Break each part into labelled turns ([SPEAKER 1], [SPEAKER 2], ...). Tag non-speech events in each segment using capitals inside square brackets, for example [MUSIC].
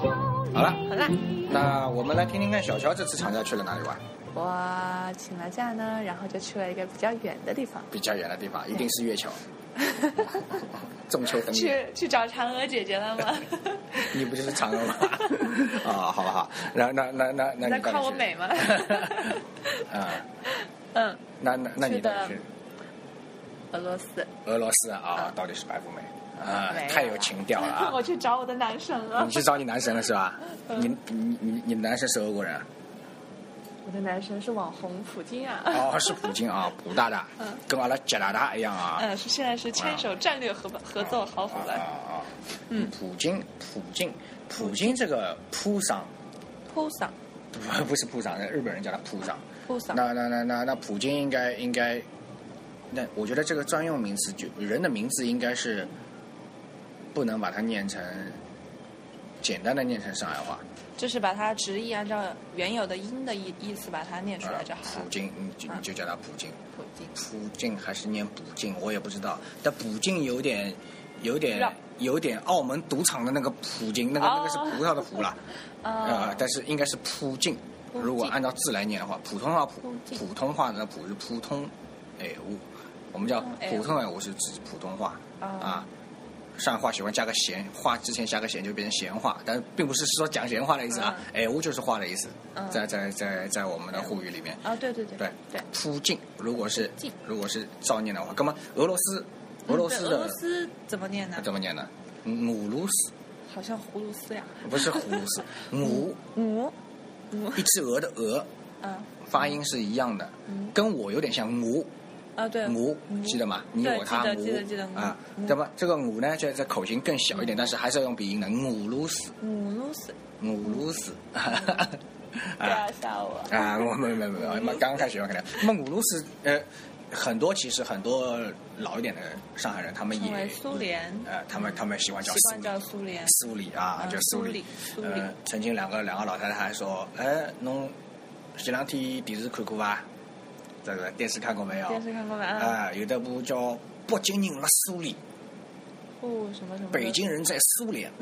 [SPEAKER 1] 好了，
[SPEAKER 2] 好啦，
[SPEAKER 1] 那我们来听听看小乔这次长假去了哪里玩？
[SPEAKER 2] 我请了假呢，然后就去了一个比较远的地方，
[SPEAKER 1] 比较远的地方，一定是
[SPEAKER 2] [LAUGHS]
[SPEAKER 1] 月球。中秋等你，
[SPEAKER 2] 去去找嫦娥姐姐了吗？
[SPEAKER 1] 你不就是嫦娥吗？啊，好不好？那那那那 [LAUGHS] 那
[SPEAKER 2] 你在
[SPEAKER 1] 你到底
[SPEAKER 2] 夸
[SPEAKER 1] 去
[SPEAKER 2] 我美吗？ [LAUGHS]
[SPEAKER 1] 啊？
[SPEAKER 2] 嗯，
[SPEAKER 1] 那那那你
[SPEAKER 2] 去的
[SPEAKER 1] 到底是
[SPEAKER 2] 俄罗斯，
[SPEAKER 1] 俄罗斯啊
[SPEAKER 2] 啊？
[SPEAKER 1] 到底是白富美
[SPEAKER 2] 啊
[SPEAKER 1] 啊
[SPEAKER 2] 没？有
[SPEAKER 1] 太有情调了啊！
[SPEAKER 2] [LAUGHS] 我去嗯找我的男神了
[SPEAKER 1] 你。去找你男神了是吧？你你你你男神是俄国人啊？
[SPEAKER 2] 我的男神是网红普京
[SPEAKER 1] [LAUGHS]
[SPEAKER 2] 啊，
[SPEAKER 1] 哦，是普京
[SPEAKER 2] [LAUGHS]
[SPEAKER 1] 啊，普大大
[SPEAKER 2] 嗯，
[SPEAKER 1] 跟阿拉杰拉达一样啊。
[SPEAKER 2] 嗯，是现在是牵手战略合合作好伙
[SPEAKER 1] 啊
[SPEAKER 2] 伴，
[SPEAKER 1] 啊！啊
[SPEAKER 2] 嗯
[SPEAKER 1] 普京，普京，普京这个扑上，
[SPEAKER 2] 铺桑
[SPEAKER 1] 不不是扑上，日本人叫他扑上。
[SPEAKER 2] 铺桑，
[SPEAKER 1] 那那那那那普京应该应该，那我觉得这个专用名词就人的名字应该是不能把它念成简单的念成上海话。
[SPEAKER 2] 就是把它直译按照原有的音的意意思把它念出
[SPEAKER 1] 啊
[SPEAKER 2] 来就好
[SPEAKER 1] 普
[SPEAKER 2] 了。
[SPEAKER 1] 京，你就
[SPEAKER 2] 嗯
[SPEAKER 1] 你就叫他普京，
[SPEAKER 2] 普京，
[SPEAKER 1] 普京还是念普京，我也不知道。但普京有点有点
[SPEAKER 2] 绕
[SPEAKER 1] 有点澳门赌场的那个普京，那个那个是
[SPEAKER 2] 哦
[SPEAKER 1] 葡萄的葡
[SPEAKER 2] [LAUGHS]
[SPEAKER 1] 啦。
[SPEAKER 2] 啊
[SPEAKER 1] 呃，，但是应该是普京。
[SPEAKER 2] 普京
[SPEAKER 1] 如果按照字来念的话，普通话普
[SPEAKER 2] 普京
[SPEAKER 1] 普通话的普是普通，哎，我我们叫
[SPEAKER 2] 普通哎
[SPEAKER 1] 普通哎，我是指普通话
[SPEAKER 2] 哦
[SPEAKER 1] 啊。上海话喜欢加个闲话，之前加个闲就变成闲话，但并不是说讲闲话的意思啊，哎，我就是话的意思，
[SPEAKER 2] 嗯
[SPEAKER 1] 在在在在我们的沪语里面，
[SPEAKER 2] 啊，对对对
[SPEAKER 1] 对
[SPEAKER 2] 对，
[SPEAKER 1] 普京如果是
[SPEAKER 2] 京
[SPEAKER 1] 如果是照念的话，那么俄罗斯俄罗斯
[SPEAKER 2] 嗯对俄
[SPEAKER 1] 的
[SPEAKER 2] 罗斯怎么念呢？
[SPEAKER 1] 怎么念呢？母卢斯
[SPEAKER 2] 好像葫芦丝呀，
[SPEAKER 1] 不是葫芦
[SPEAKER 2] [LAUGHS]
[SPEAKER 1] 丝，母
[SPEAKER 2] 母母，
[SPEAKER 1] 一只鹅的鹅。
[SPEAKER 2] 嗯
[SPEAKER 1] 发音是一样的，
[SPEAKER 2] 嗯
[SPEAKER 1] 跟我有点像母
[SPEAKER 2] 啊对，
[SPEAKER 1] 母
[SPEAKER 2] 母，
[SPEAKER 1] 记得吗？你我他
[SPEAKER 2] 对
[SPEAKER 1] 母
[SPEAKER 2] 记得记得记得
[SPEAKER 1] 啊
[SPEAKER 2] 母，嗯
[SPEAKER 1] 那么这个母呢，这这口型更小一点，但是还是要用鼻音的，母鲁斯，
[SPEAKER 2] 母露丝，
[SPEAKER 1] [LAUGHS] 母鲁斯，
[SPEAKER 2] 不要吓我。
[SPEAKER 1] 啊， [LAUGHS] 我没有没有没有，没有刚刚开始学可能。那么母鲁斯，呃，很多其实很多老一点的上海人，他们
[SPEAKER 2] 因为
[SPEAKER 1] 也
[SPEAKER 2] 苏联
[SPEAKER 1] 呃，他们他们喜欢叫
[SPEAKER 2] 习
[SPEAKER 1] 斯
[SPEAKER 2] 惯叫苏联，
[SPEAKER 1] 苏里啊，
[SPEAKER 2] 嗯
[SPEAKER 1] 就苏里。
[SPEAKER 2] 苏里苏里
[SPEAKER 1] 呃，曾经两个两个老太太还说，哎，侬前两天电视看过吧？这个电视看过没有？
[SPEAKER 2] 电视看过吧？啊，
[SPEAKER 1] 啊，有的部叫《北京人辣苏联》，
[SPEAKER 2] 不哦什么什么的。
[SPEAKER 1] 北京人在苏联。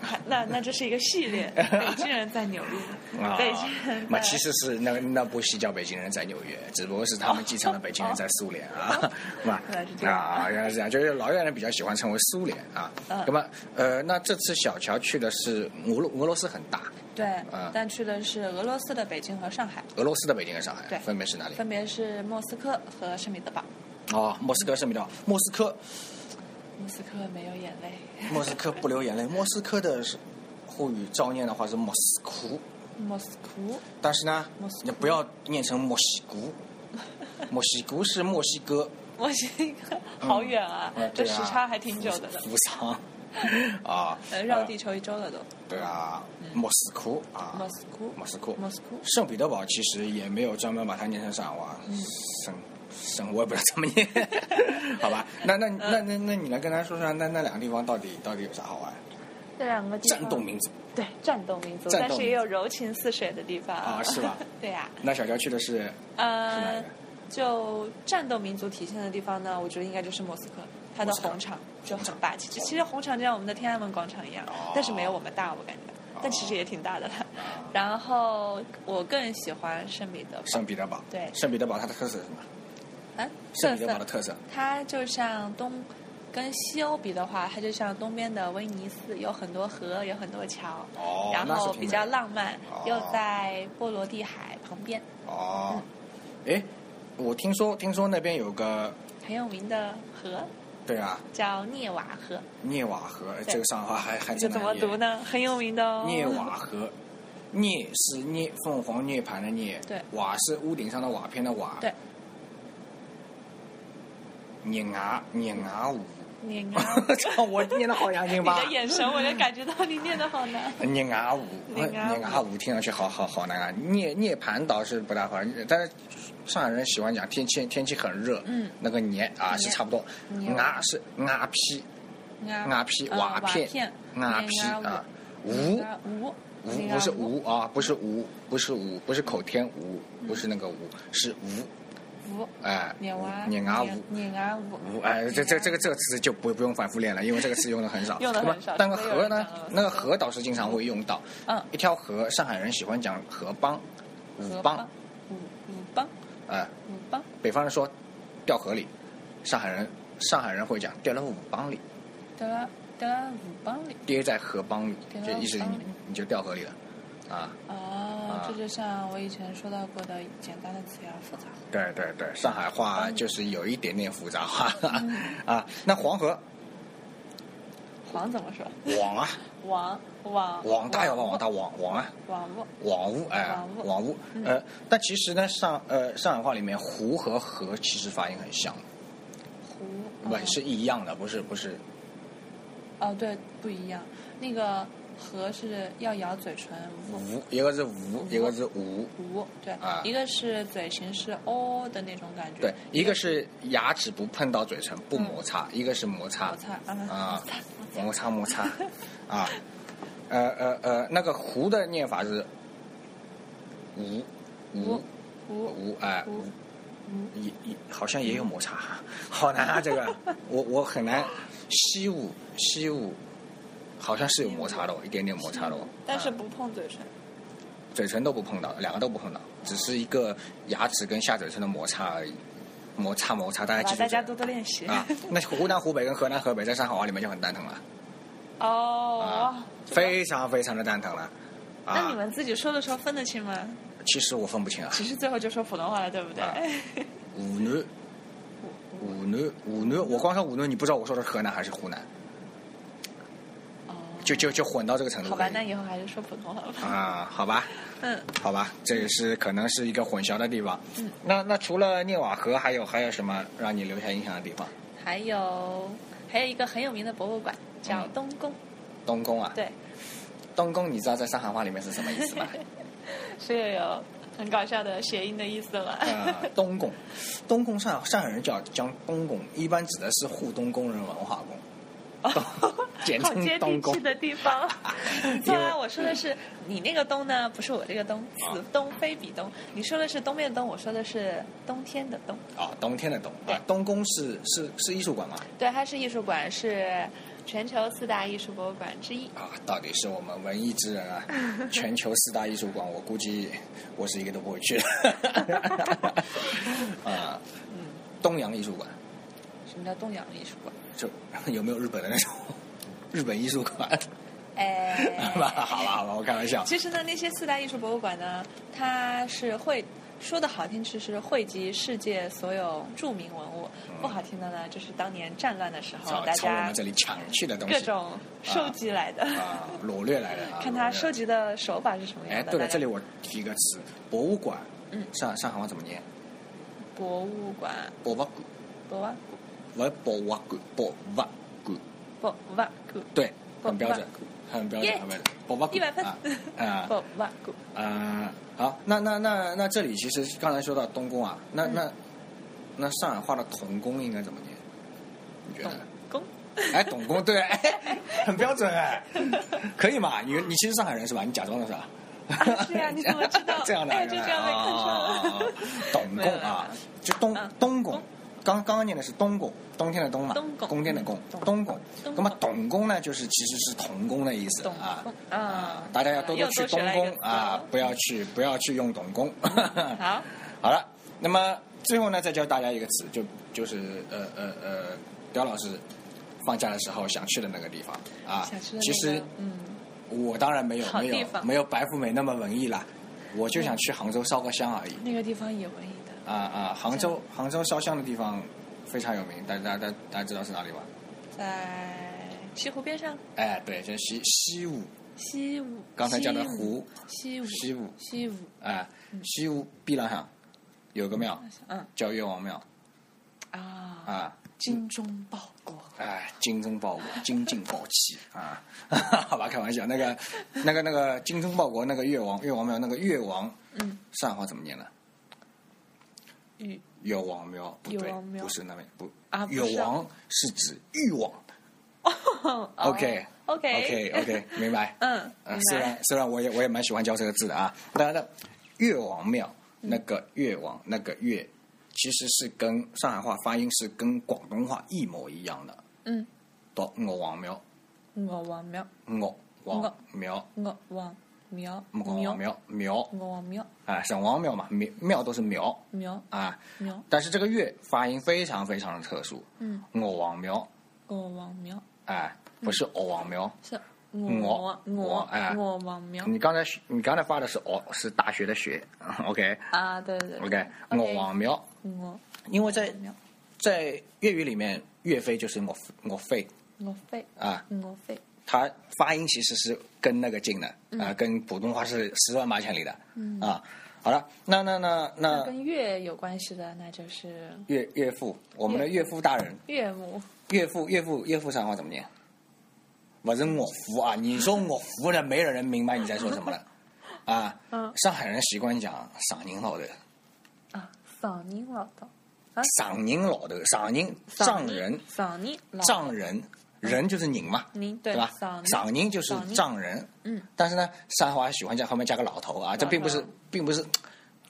[SPEAKER 2] 还，那那这是一个系列，
[SPEAKER 1] [LAUGHS]
[SPEAKER 2] 北京人在纽约，北京人
[SPEAKER 1] 嘛，
[SPEAKER 2] 在。
[SPEAKER 1] 其实是啊那那部戏叫《北京人在纽约》，只不过是他们继承了北京人在苏联 [LAUGHS] 啊，嘛
[SPEAKER 2] 哦原来是这样
[SPEAKER 1] 啊，原来是这样，就是老一代人比较喜欢称为苏联啊。
[SPEAKER 2] 嗯
[SPEAKER 1] 那么呃，那这次小乔去的是俄罗俄罗斯很大，
[SPEAKER 2] 对
[SPEAKER 1] 啊，
[SPEAKER 2] 但去的是俄罗斯的北京和上海，
[SPEAKER 1] 俄罗斯的北京跟上海
[SPEAKER 2] 对
[SPEAKER 1] 分别是哪里？
[SPEAKER 2] 分别是莫斯科和圣彼得堡。
[SPEAKER 1] 哦，莫斯科是没到，莫斯科，
[SPEAKER 2] 莫斯科没有眼泪，
[SPEAKER 1] 莫斯科不流眼泪。莫斯科的是沪语照念的话是莫斯库，
[SPEAKER 2] 莫斯科
[SPEAKER 1] 但是呢
[SPEAKER 2] 莫斯，库
[SPEAKER 1] 你不要念成墨西姑，墨西姑是墨西哥，
[SPEAKER 2] 墨西哥好远啊
[SPEAKER 1] 嗯，
[SPEAKER 2] 这
[SPEAKER 1] 对
[SPEAKER 2] 时
[SPEAKER 1] 啊
[SPEAKER 2] 差还挺久的呢，
[SPEAKER 1] 扶桑啊
[SPEAKER 2] [LAUGHS] 呃，绕地球一周了都。
[SPEAKER 1] 呃对啊，莫斯科啊，
[SPEAKER 2] 莫斯科，
[SPEAKER 1] 莫斯科，
[SPEAKER 2] 莫斯科，
[SPEAKER 1] 圣彼得堡其实也没有专门把它念成上瓦，
[SPEAKER 2] 嗯
[SPEAKER 1] 省省我也不知道怎么念，
[SPEAKER 2] [LAUGHS]
[SPEAKER 1] 好吧？那那
[SPEAKER 2] 呃
[SPEAKER 1] 那那那你来跟他说说，那那两个地方到底到底有啥好玩？
[SPEAKER 2] 这两个地
[SPEAKER 1] 战斗民族
[SPEAKER 2] 对，战斗民族，
[SPEAKER 1] 战斗
[SPEAKER 2] 但
[SPEAKER 1] 民族
[SPEAKER 2] 是也有柔情似水的地方
[SPEAKER 1] 啊，是吧？
[SPEAKER 2] [LAUGHS] 对呀、
[SPEAKER 1] 那小乔去的是是哪
[SPEAKER 2] 呃
[SPEAKER 1] 里，
[SPEAKER 2] 就战斗民族体现的地方呢，我觉得应该就是莫斯科，它的
[SPEAKER 1] 莫斯科
[SPEAKER 2] 红场就很霸气。其实红场就像我们的天安门广场一样
[SPEAKER 1] 哦，
[SPEAKER 2] 但是没有我们大，我感觉，但其实也挺大的了。然后我更喜欢圣彼得堡，
[SPEAKER 1] 圣彼得堡。
[SPEAKER 2] 对
[SPEAKER 1] 圣彼得堡它的特色是什么？
[SPEAKER 2] 嗯，
[SPEAKER 1] 圣
[SPEAKER 2] 特
[SPEAKER 1] 彼得堡的
[SPEAKER 2] 色，
[SPEAKER 1] 特色
[SPEAKER 2] 它就像东。跟西欧比的话，它就像东边的威尼斯，有很多河，有很多桥，
[SPEAKER 1] 哦
[SPEAKER 2] 然
[SPEAKER 1] 那是
[SPEAKER 2] 后
[SPEAKER 1] 挺
[SPEAKER 2] 比
[SPEAKER 1] 美
[SPEAKER 2] 较
[SPEAKER 1] 的
[SPEAKER 2] 浪漫，
[SPEAKER 1] 哦
[SPEAKER 2] 又在波罗的海旁边，
[SPEAKER 1] 哦。
[SPEAKER 2] 嗯
[SPEAKER 1] 哎，我听说听说那边有个
[SPEAKER 2] 很有名的河
[SPEAKER 1] 对啊，
[SPEAKER 2] 叫涅瓦河，
[SPEAKER 1] 涅瓦河，哎
[SPEAKER 2] 对
[SPEAKER 1] 这个上海话还还
[SPEAKER 2] 这
[SPEAKER 1] 真
[SPEAKER 2] 怎
[SPEAKER 1] 难
[SPEAKER 2] 么读
[SPEAKER 1] 念。
[SPEAKER 2] 呢？很有名的哦。
[SPEAKER 1] 涅
[SPEAKER 2] [LAUGHS]
[SPEAKER 1] 瓦河，涅是涅凤凰涅槃的涅，
[SPEAKER 2] 对
[SPEAKER 1] 瓦是屋顶上的瓦片的瓦，
[SPEAKER 2] 对，
[SPEAKER 1] 涅牙涅牙
[SPEAKER 2] [LAUGHS]
[SPEAKER 1] 舞， [LAUGHS]
[SPEAKER 2] 碾压。
[SPEAKER 1] 操我念的好洋劲
[SPEAKER 2] 你
[SPEAKER 1] 吧
[SPEAKER 2] 的？眼神，我能感觉到你念的好难。
[SPEAKER 1] 涅牙舞，
[SPEAKER 2] 涅
[SPEAKER 1] 涅
[SPEAKER 2] 牙舞
[SPEAKER 1] 牙舞听上去好好好难啊！涅涅盘倒是不大好，但是上海人喜欢讲天气天气很热，
[SPEAKER 2] 嗯
[SPEAKER 1] 那个涅啊是
[SPEAKER 2] 涅
[SPEAKER 1] 差不多，
[SPEAKER 2] 涅
[SPEAKER 1] 牙是牙皮
[SPEAKER 2] 瓦
[SPEAKER 1] 牙皮
[SPEAKER 2] 呃
[SPEAKER 1] [LAUGHS] 瓦
[SPEAKER 2] 瓦
[SPEAKER 1] 片牙皮啊
[SPEAKER 2] 碾压
[SPEAKER 1] 无。
[SPEAKER 2] 无
[SPEAKER 1] 无不是，
[SPEAKER 2] 啊
[SPEAKER 1] 无啊，不是无，不是无，不是口天无，不是那个无，是无
[SPEAKER 2] 吴，
[SPEAKER 1] 哎，
[SPEAKER 2] 碾娃，
[SPEAKER 1] 碾牙吴。
[SPEAKER 2] 碾牙吴，
[SPEAKER 1] 吴哎，这这这个这个词就不不用反复练了，因为这个词用的很少。
[SPEAKER 2] [LAUGHS] 用得
[SPEAKER 1] 那么
[SPEAKER 2] 很少
[SPEAKER 1] 但个
[SPEAKER 2] 所以有
[SPEAKER 1] 河
[SPEAKER 2] 人
[SPEAKER 1] 呢
[SPEAKER 2] 讲了，
[SPEAKER 1] 那个河倒是经常会用到。
[SPEAKER 2] 嗯，
[SPEAKER 1] 一条河，上海人喜欢讲河浜、
[SPEAKER 2] 河
[SPEAKER 1] 五
[SPEAKER 2] 帮
[SPEAKER 1] 帮，，
[SPEAKER 2] 五五帮，
[SPEAKER 1] 哎，
[SPEAKER 2] 五帮，
[SPEAKER 1] 北方人说掉河里，上海人上海人会讲掉了五帮里，
[SPEAKER 2] 得啦得啦，五帮里
[SPEAKER 1] 跌在河帮里，
[SPEAKER 2] 掉
[SPEAKER 1] 就
[SPEAKER 2] 了
[SPEAKER 1] 意思
[SPEAKER 2] 五帮
[SPEAKER 1] 你
[SPEAKER 2] 里
[SPEAKER 1] 你就掉河里了，啊，
[SPEAKER 2] 啊
[SPEAKER 1] 啊，
[SPEAKER 2] 这就像我以前说到过的，简单的词要复杂。
[SPEAKER 1] 对对对，上海话
[SPEAKER 2] 嗯
[SPEAKER 1] 就是有一点点复杂化、 [LAUGHS] 啊。那黄河
[SPEAKER 2] 王怎么说？
[SPEAKER 1] 网啊，
[SPEAKER 2] 王王
[SPEAKER 1] 网大要不网
[SPEAKER 2] 王
[SPEAKER 1] 大网网啊，
[SPEAKER 2] 王不
[SPEAKER 1] 网屋哎
[SPEAKER 2] 网，屋
[SPEAKER 1] 网屋
[SPEAKER 2] 嗯
[SPEAKER 1] 呃，但其实呢，上呃上海话里面湖和河其实发音很像，
[SPEAKER 2] 湖
[SPEAKER 1] 不
[SPEAKER 2] 嗯
[SPEAKER 1] 是一样的，不是不是
[SPEAKER 2] 哦，对，不一样。那个和是要咬嘴唇，无
[SPEAKER 1] 吴，一个是吴
[SPEAKER 2] 吴，
[SPEAKER 1] 一个是吴，
[SPEAKER 2] 无，对，
[SPEAKER 1] 嗯啊
[SPEAKER 2] 一个是嘴型是哦的那种感觉，
[SPEAKER 1] 对，一个是牙齿不碰到嘴唇不摩擦，一个是摩擦
[SPEAKER 2] 嗯摩擦啊，
[SPEAKER 1] 啊
[SPEAKER 2] 摩擦
[SPEAKER 1] 摩擦摩
[SPEAKER 2] [LAUGHS]
[SPEAKER 1] 擦啊，呃呃呃，那个湖的念法是吴吴
[SPEAKER 2] 无无
[SPEAKER 1] 吴哎
[SPEAKER 2] 无无
[SPEAKER 1] 也也好像也有摩擦，好难啊！这个我我很难。西武西武，好像是有摩擦的哦，一点点摩擦的哦。
[SPEAKER 2] 嗯但是
[SPEAKER 1] 啊
[SPEAKER 2] 不碰嘴唇，
[SPEAKER 1] 嘴唇都不碰到，两个都不碰到，只是一个牙齿跟下嘴唇的摩擦而已。摩擦摩擦，大家
[SPEAKER 2] 好吧
[SPEAKER 1] 记住
[SPEAKER 2] 大家
[SPEAKER 1] 哎这
[SPEAKER 2] 多
[SPEAKER 1] 个
[SPEAKER 2] 多练习。
[SPEAKER 1] 啊。那湖南、湖北跟河南、河北在上海话里面就很蛋疼了
[SPEAKER 2] 哦
[SPEAKER 1] 啊，，非常非常的蛋疼了
[SPEAKER 2] 那你
[SPEAKER 1] 啊。
[SPEAKER 2] 们自己说的时候分得清吗？
[SPEAKER 1] 其实我分不清啊，
[SPEAKER 2] 只是最后就说普通话了，对不对？
[SPEAKER 1] 啊湖南、湖南、湖南，我光说湖南，你不知道我说的是河南还是湖南，
[SPEAKER 2] 哦，
[SPEAKER 1] 就就就混到这个程度可以。
[SPEAKER 2] [LAUGHS] 好吧，那以后还是说普通话吧。
[SPEAKER 1] 啊，好吧，
[SPEAKER 2] 嗯，
[SPEAKER 1] 好吧，这也是可能是一个混淆的地方。
[SPEAKER 2] 嗯，
[SPEAKER 1] 那那除了涅瓦河，还有还有什么让你留下印象的地方？
[SPEAKER 2] 还有还有一个很有名的博物馆叫
[SPEAKER 1] 嗯
[SPEAKER 2] 东宫，
[SPEAKER 1] 东宫啊，
[SPEAKER 2] 对，
[SPEAKER 1] 东宫，你知道在上海话里面是什么意思
[SPEAKER 2] [LAUGHS]
[SPEAKER 1] 吗？
[SPEAKER 2] 是有很搞笑的谐音的意思了。
[SPEAKER 1] 呃，东宫，东宫上上海人叫江东宫，一般指的是沪东工人文化宫，东简
[SPEAKER 2] 哦好
[SPEAKER 1] 称
[SPEAKER 2] 接
[SPEAKER 1] 东
[SPEAKER 2] 地
[SPEAKER 1] 宫
[SPEAKER 2] 气。的地方。
[SPEAKER 1] 因
[SPEAKER 2] 虽 [LAUGHS]
[SPEAKER 1] 为啊
[SPEAKER 2] 然我说的是你那个东呢，不是我这个东，此东非彼东。你说的是东面东，我说的是冬天的冬。
[SPEAKER 1] 啊，冬天的冬
[SPEAKER 2] 对
[SPEAKER 1] 啊，东宫是是是艺术馆吗？
[SPEAKER 2] 对，它是艺术馆，是全球四大艺术博物馆之一。
[SPEAKER 1] 啊，到底是我们文艺之人
[SPEAKER 2] [LAUGHS]
[SPEAKER 1] 啊！全球四大艺术馆，我估计我是一个都不会
[SPEAKER 2] [LAUGHS]
[SPEAKER 1] 去的。啊，东洋艺术馆，
[SPEAKER 2] 什么叫东洋艺术馆？
[SPEAKER 1] 就有没有日本的那种日本艺术馆？ [LAUGHS] 啊好吧，
[SPEAKER 2] 哎，
[SPEAKER 1] 好吧，好吧，我开玩笑。
[SPEAKER 2] 其实呢，那些四大艺术博物馆呢，它是汇说的好听，就是汇集世界所有著名文物；不好听的呢，就是当年战乱的时候，
[SPEAKER 1] 找
[SPEAKER 2] 大
[SPEAKER 1] 从我
[SPEAKER 2] 家
[SPEAKER 1] 们这里抢去的东西，
[SPEAKER 2] 各种收集来的。
[SPEAKER 1] 啊，掳掠来的啊。
[SPEAKER 2] 看他
[SPEAKER 1] 掳掠
[SPEAKER 2] 收集的手法是什么样
[SPEAKER 1] 哎，
[SPEAKER 2] 的。
[SPEAKER 1] 对了，
[SPEAKER 2] 大概
[SPEAKER 1] 这里我提一个词，博物馆。
[SPEAKER 2] 嗯
[SPEAKER 1] 上上海话怎么念？
[SPEAKER 2] 博物馆
[SPEAKER 1] 博物馆，
[SPEAKER 2] 博物馆
[SPEAKER 1] 不是博物馆，博物馆。
[SPEAKER 2] 博物馆
[SPEAKER 1] 对，
[SPEAKER 2] 博
[SPEAKER 1] 很标
[SPEAKER 2] 物
[SPEAKER 1] 准，很标准，
[SPEAKER 2] 哦耶
[SPEAKER 1] 很标准。博物馆。
[SPEAKER 2] 100分 [LAUGHS] 哦
[SPEAKER 1] 啊啊。
[SPEAKER 2] 博物馆
[SPEAKER 1] 啊，好，那那那那这里其实刚才说到东宫啊，那、
[SPEAKER 2] 嗯
[SPEAKER 1] 那那上海话的童工应该怎么念？你觉
[SPEAKER 2] 董
[SPEAKER 1] 得？
[SPEAKER 2] 公
[SPEAKER 1] 哎，董工对，哎，很标准
[SPEAKER 2] [LAUGHS]
[SPEAKER 1] 哎，可以嘛？你你其实上海人是吧？你假装的是吧？
[SPEAKER 2] 啊是啊你怎么知道
[SPEAKER 1] 这样的，啊
[SPEAKER 2] 哎就这样被看穿了
[SPEAKER 1] 哦。哦哦哦董
[SPEAKER 2] 没有
[SPEAKER 1] 工
[SPEAKER 2] 没有
[SPEAKER 1] 啊，就东
[SPEAKER 2] 嗯
[SPEAKER 1] 东宫
[SPEAKER 2] 宫，
[SPEAKER 1] 刚刚刚念的是东宫，冬天的冬嘛
[SPEAKER 2] 东，宫
[SPEAKER 1] 宫殿的宫
[SPEAKER 2] 嗯，
[SPEAKER 1] 东宫。
[SPEAKER 2] 东宫
[SPEAKER 1] 那么董宫呢，就是其实是童工的意思
[SPEAKER 2] 董
[SPEAKER 1] 啊
[SPEAKER 2] 公。
[SPEAKER 1] 啊
[SPEAKER 2] 啊，，
[SPEAKER 1] 大家要多多去东
[SPEAKER 2] 又多学了一
[SPEAKER 1] 宫
[SPEAKER 2] 个词
[SPEAKER 1] 啊，不要去不要去用董宫。
[SPEAKER 2] 好，
[SPEAKER 1] [LAUGHS] 好了，那么最后呢，再教大家一个词，就就是呃呃呃，刁老师放假的时候想去的那个地方啊。
[SPEAKER 2] 想吃的
[SPEAKER 1] 其
[SPEAKER 2] 那
[SPEAKER 1] 实
[SPEAKER 2] 个嗯，
[SPEAKER 1] 我当然没有
[SPEAKER 2] 好
[SPEAKER 1] 没
[SPEAKER 2] 地
[SPEAKER 1] 有
[SPEAKER 2] 方
[SPEAKER 1] 没有白富美那么文艺啦，我就想去杭州烧个香而已。
[SPEAKER 2] 那个地方也文艺的，
[SPEAKER 1] 啊啊，杭州杭州烧香的地方非常有名，大家大家大家知道是哪里吧？
[SPEAKER 2] 在西湖边上，
[SPEAKER 1] 哎，对，就是西西湖，
[SPEAKER 2] 西湖
[SPEAKER 1] 刚才讲的，湖，
[SPEAKER 2] 西湖
[SPEAKER 1] 西湖
[SPEAKER 2] 西湖，
[SPEAKER 1] 哎，西湖边浪上有个庙
[SPEAKER 2] 嗯
[SPEAKER 1] 叫岳王庙
[SPEAKER 2] 啊，
[SPEAKER 1] 啊。
[SPEAKER 2] 精忠报国，
[SPEAKER 1] 哎，精忠报国，精进报气啊！ [LAUGHS] 好吧，开玩笑。那个、那个、那个精忠报国，那个越王，越王庙，那个越王，
[SPEAKER 2] 嗯，
[SPEAKER 1] 上海话怎么念呢？
[SPEAKER 2] 与
[SPEAKER 1] 越王庙不
[SPEAKER 2] 越
[SPEAKER 1] 对
[SPEAKER 2] 王，庙
[SPEAKER 1] 不是那边不
[SPEAKER 2] 啊不
[SPEAKER 1] 越
[SPEAKER 2] 是啊
[SPEAKER 1] 王是指欲望。OK
[SPEAKER 2] 哦 OK
[SPEAKER 1] OK OK，明
[SPEAKER 2] [LAUGHS]
[SPEAKER 1] 白。
[SPEAKER 2] 嗯，
[SPEAKER 1] 呃
[SPEAKER 2] 明
[SPEAKER 1] 虽
[SPEAKER 2] 白
[SPEAKER 1] 然虽然我也我也蛮喜欢教这个字的啊，当然了，越王庙那个越王那个越，其其实是跟上海话发音是跟广东话一模一样的，
[SPEAKER 2] 嗯，
[SPEAKER 1] 读我王庙，
[SPEAKER 2] 我王庙，
[SPEAKER 1] 我王庙，
[SPEAKER 2] 我王庙，
[SPEAKER 1] 我王
[SPEAKER 2] 庙，
[SPEAKER 1] 庙庙，
[SPEAKER 2] 我王庙，
[SPEAKER 1] 啊，省王庙嘛，庙庙都是庙
[SPEAKER 2] 庙
[SPEAKER 1] 啊，
[SPEAKER 2] 庙，
[SPEAKER 1] 但是这个粤发音非常非常的特殊，
[SPEAKER 2] 嗯，
[SPEAKER 1] 我王庙，
[SPEAKER 2] 我王庙
[SPEAKER 1] 哎，不是我王庙，
[SPEAKER 2] 是
[SPEAKER 1] 我
[SPEAKER 2] 我
[SPEAKER 1] 我
[SPEAKER 2] 我
[SPEAKER 1] 哎
[SPEAKER 2] 我王庙
[SPEAKER 1] 你刚才学你刚才发的是哦，是大学的学，OK
[SPEAKER 2] 啊，对对对
[SPEAKER 1] OK，我王庙，
[SPEAKER 2] 我
[SPEAKER 1] 因为在
[SPEAKER 2] 庙，
[SPEAKER 1] 在粤语里面，岳飞就是我我飞
[SPEAKER 2] 我肺
[SPEAKER 1] 啊，
[SPEAKER 2] 我肺，
[SPEAKER 1] 它发音其实是跟那个近的啊、跟普通话是十万八千里的、啊。好了，那那那
[SPEAKER 2] 那
[SPEAKER 1] 那
[SPEAKER 2] 跟岳有关系的，那就是
[SPEAKER 1] 岳岳父，我们的岳父大人，
[SPEAKER 2] 岳母，
[SPEAKER 1] 岳父岳父岳父上海话怎么念？不是我服啊！你说我服了，没有人明白你在说什么了啊！
[SPEAKER 2] [LAUGHS] 嗯
[SPEAKER 1] 上海人习惯讲上宁老头，
[SPEAKER 2] 啊，嗓音老道，
[SPEAKER 1] 上宁老头，上宁
[SPEAKER 2] 嗓
[SPEAKER 1] 丈人，
[SPEAKER 2] 嗓音老
[SPEAKER 1] 丈人人就是人嘛，
[SPEAKER 2] 您
[SPEAKER 1] 对
[SPEAKER 2] 对
[SPEAKER 1] 吧？
[SPEAKER 2] 嗓
[SPEAKER 1] 赏
[SPEAKER 2] 音
[SPEAKER 1] 您就是
[SPEAKER 2] 赏您
[SPEAKER 1] 丈人，
[SPEAKER 2] 嗯，
[SPEAKER 1] 但是呢，上海话喜欢在后面加个老头啊，这
[SPEAKER 2] 老
[SPEAKER 1] 并不是
[SPEAKER 2] 头，
[SPEAKER 1] 并不是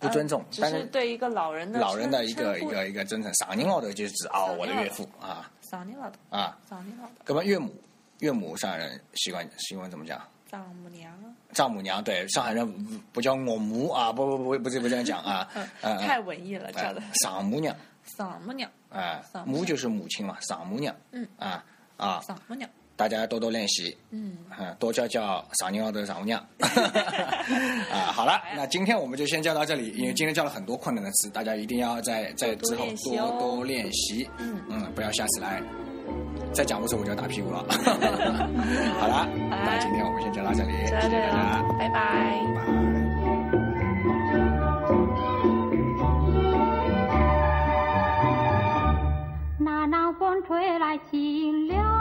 [SPEAKER 1] 不尊重
[SPEAKER 2] 呃，嗯只
[SPEAKER 1] 但
[SPEAKER 2] 是
[SPEAKER 1] 是
[SPEAKER 2] 对一个老人的
[SPEAKER 1] 老人的
[SPEAKER 2] 称
[SPEAKER 1] 一个
[SPEAKER 2] 称
[SPEAKER 1] 一
[SPEAKER 2] 呼
[SPEAKER 1] 个一个尊称。赏您老头就是指哦，
[SPEAKER 2] 赏您
[SPEAKER 1] 我的
[SPEAKER 2] 老
[SPEAKER 1] 岳
[SPEAKER 2] 头
[SPEAKER 1] 父啊
[SPEAKER 2] 嗓音老道，
[SPEAKER 1] 啊。
[SPEAKER 2] 嗓音老道，
[SPEAKER 1] 那么岳母，岳母上海人习惯习惯怎么讲？
[SPEAKER 2] 丈母娘啊，
[SPEAKER 1] 丈母娘对上海人不不叫我母啊，不不不不是不这样讲啊，
[SPEAKER 2] [LAUGHS] 嗯
[SPEAKER 1] 嗯
[SPEAKER 2] 太文艺了，叫的
[SPEAKER 1] 哎赏母娘
[SPEAKER 2] 嗓母娘，
[SPEAKER 1] 啊，
[SPEAKER 2] 赏母
[SPEAKER 1] 母
[SPEAKER 2] 娘
[SPEAKER 1] 就是母亲嘛，赏母娘，
[SPEAKER 2] 嗯
[SPEAKER 1] 啊啊，
[SPEAKER 2] 嗓母娘，
[SPEAKER 1] 大家多多练习，
[SPEAKER 2] 嗯，
[SPEAKER 1] 嗯，多教教赏金奥德赏姑
[SPEAKER 2] [LAUGHS]
[SPEAKER 1] 娘。啊，好了，那今天我们就先教到这里，因为今天教了很多困难的词，大家一定要在在之后
[SPEAKER 2] 多练习哦
[SPEAKER 1] 多多练习。
[SPEAKER 2] 嗯
[SPEAKER 1] 不要下次来再讲不出我就要打屁股了。
[SPEAKER 2] [LAUGHS]
[SPEAKER 1] 好
[SPEAKER 2] 啊
[SPEAKER 1] 了，那今天我们先教到这里，谢谢
[SPEAKER 2] 就到这
[SPEAKER 1] 大
[SPEAKER 2] 里
[SPEAKER 1] 家，
[SPEAKER 2] 了，拜拜。
[SPEAKER 1] 拜。
[SPEAKER 3] 那南风吹来清凉。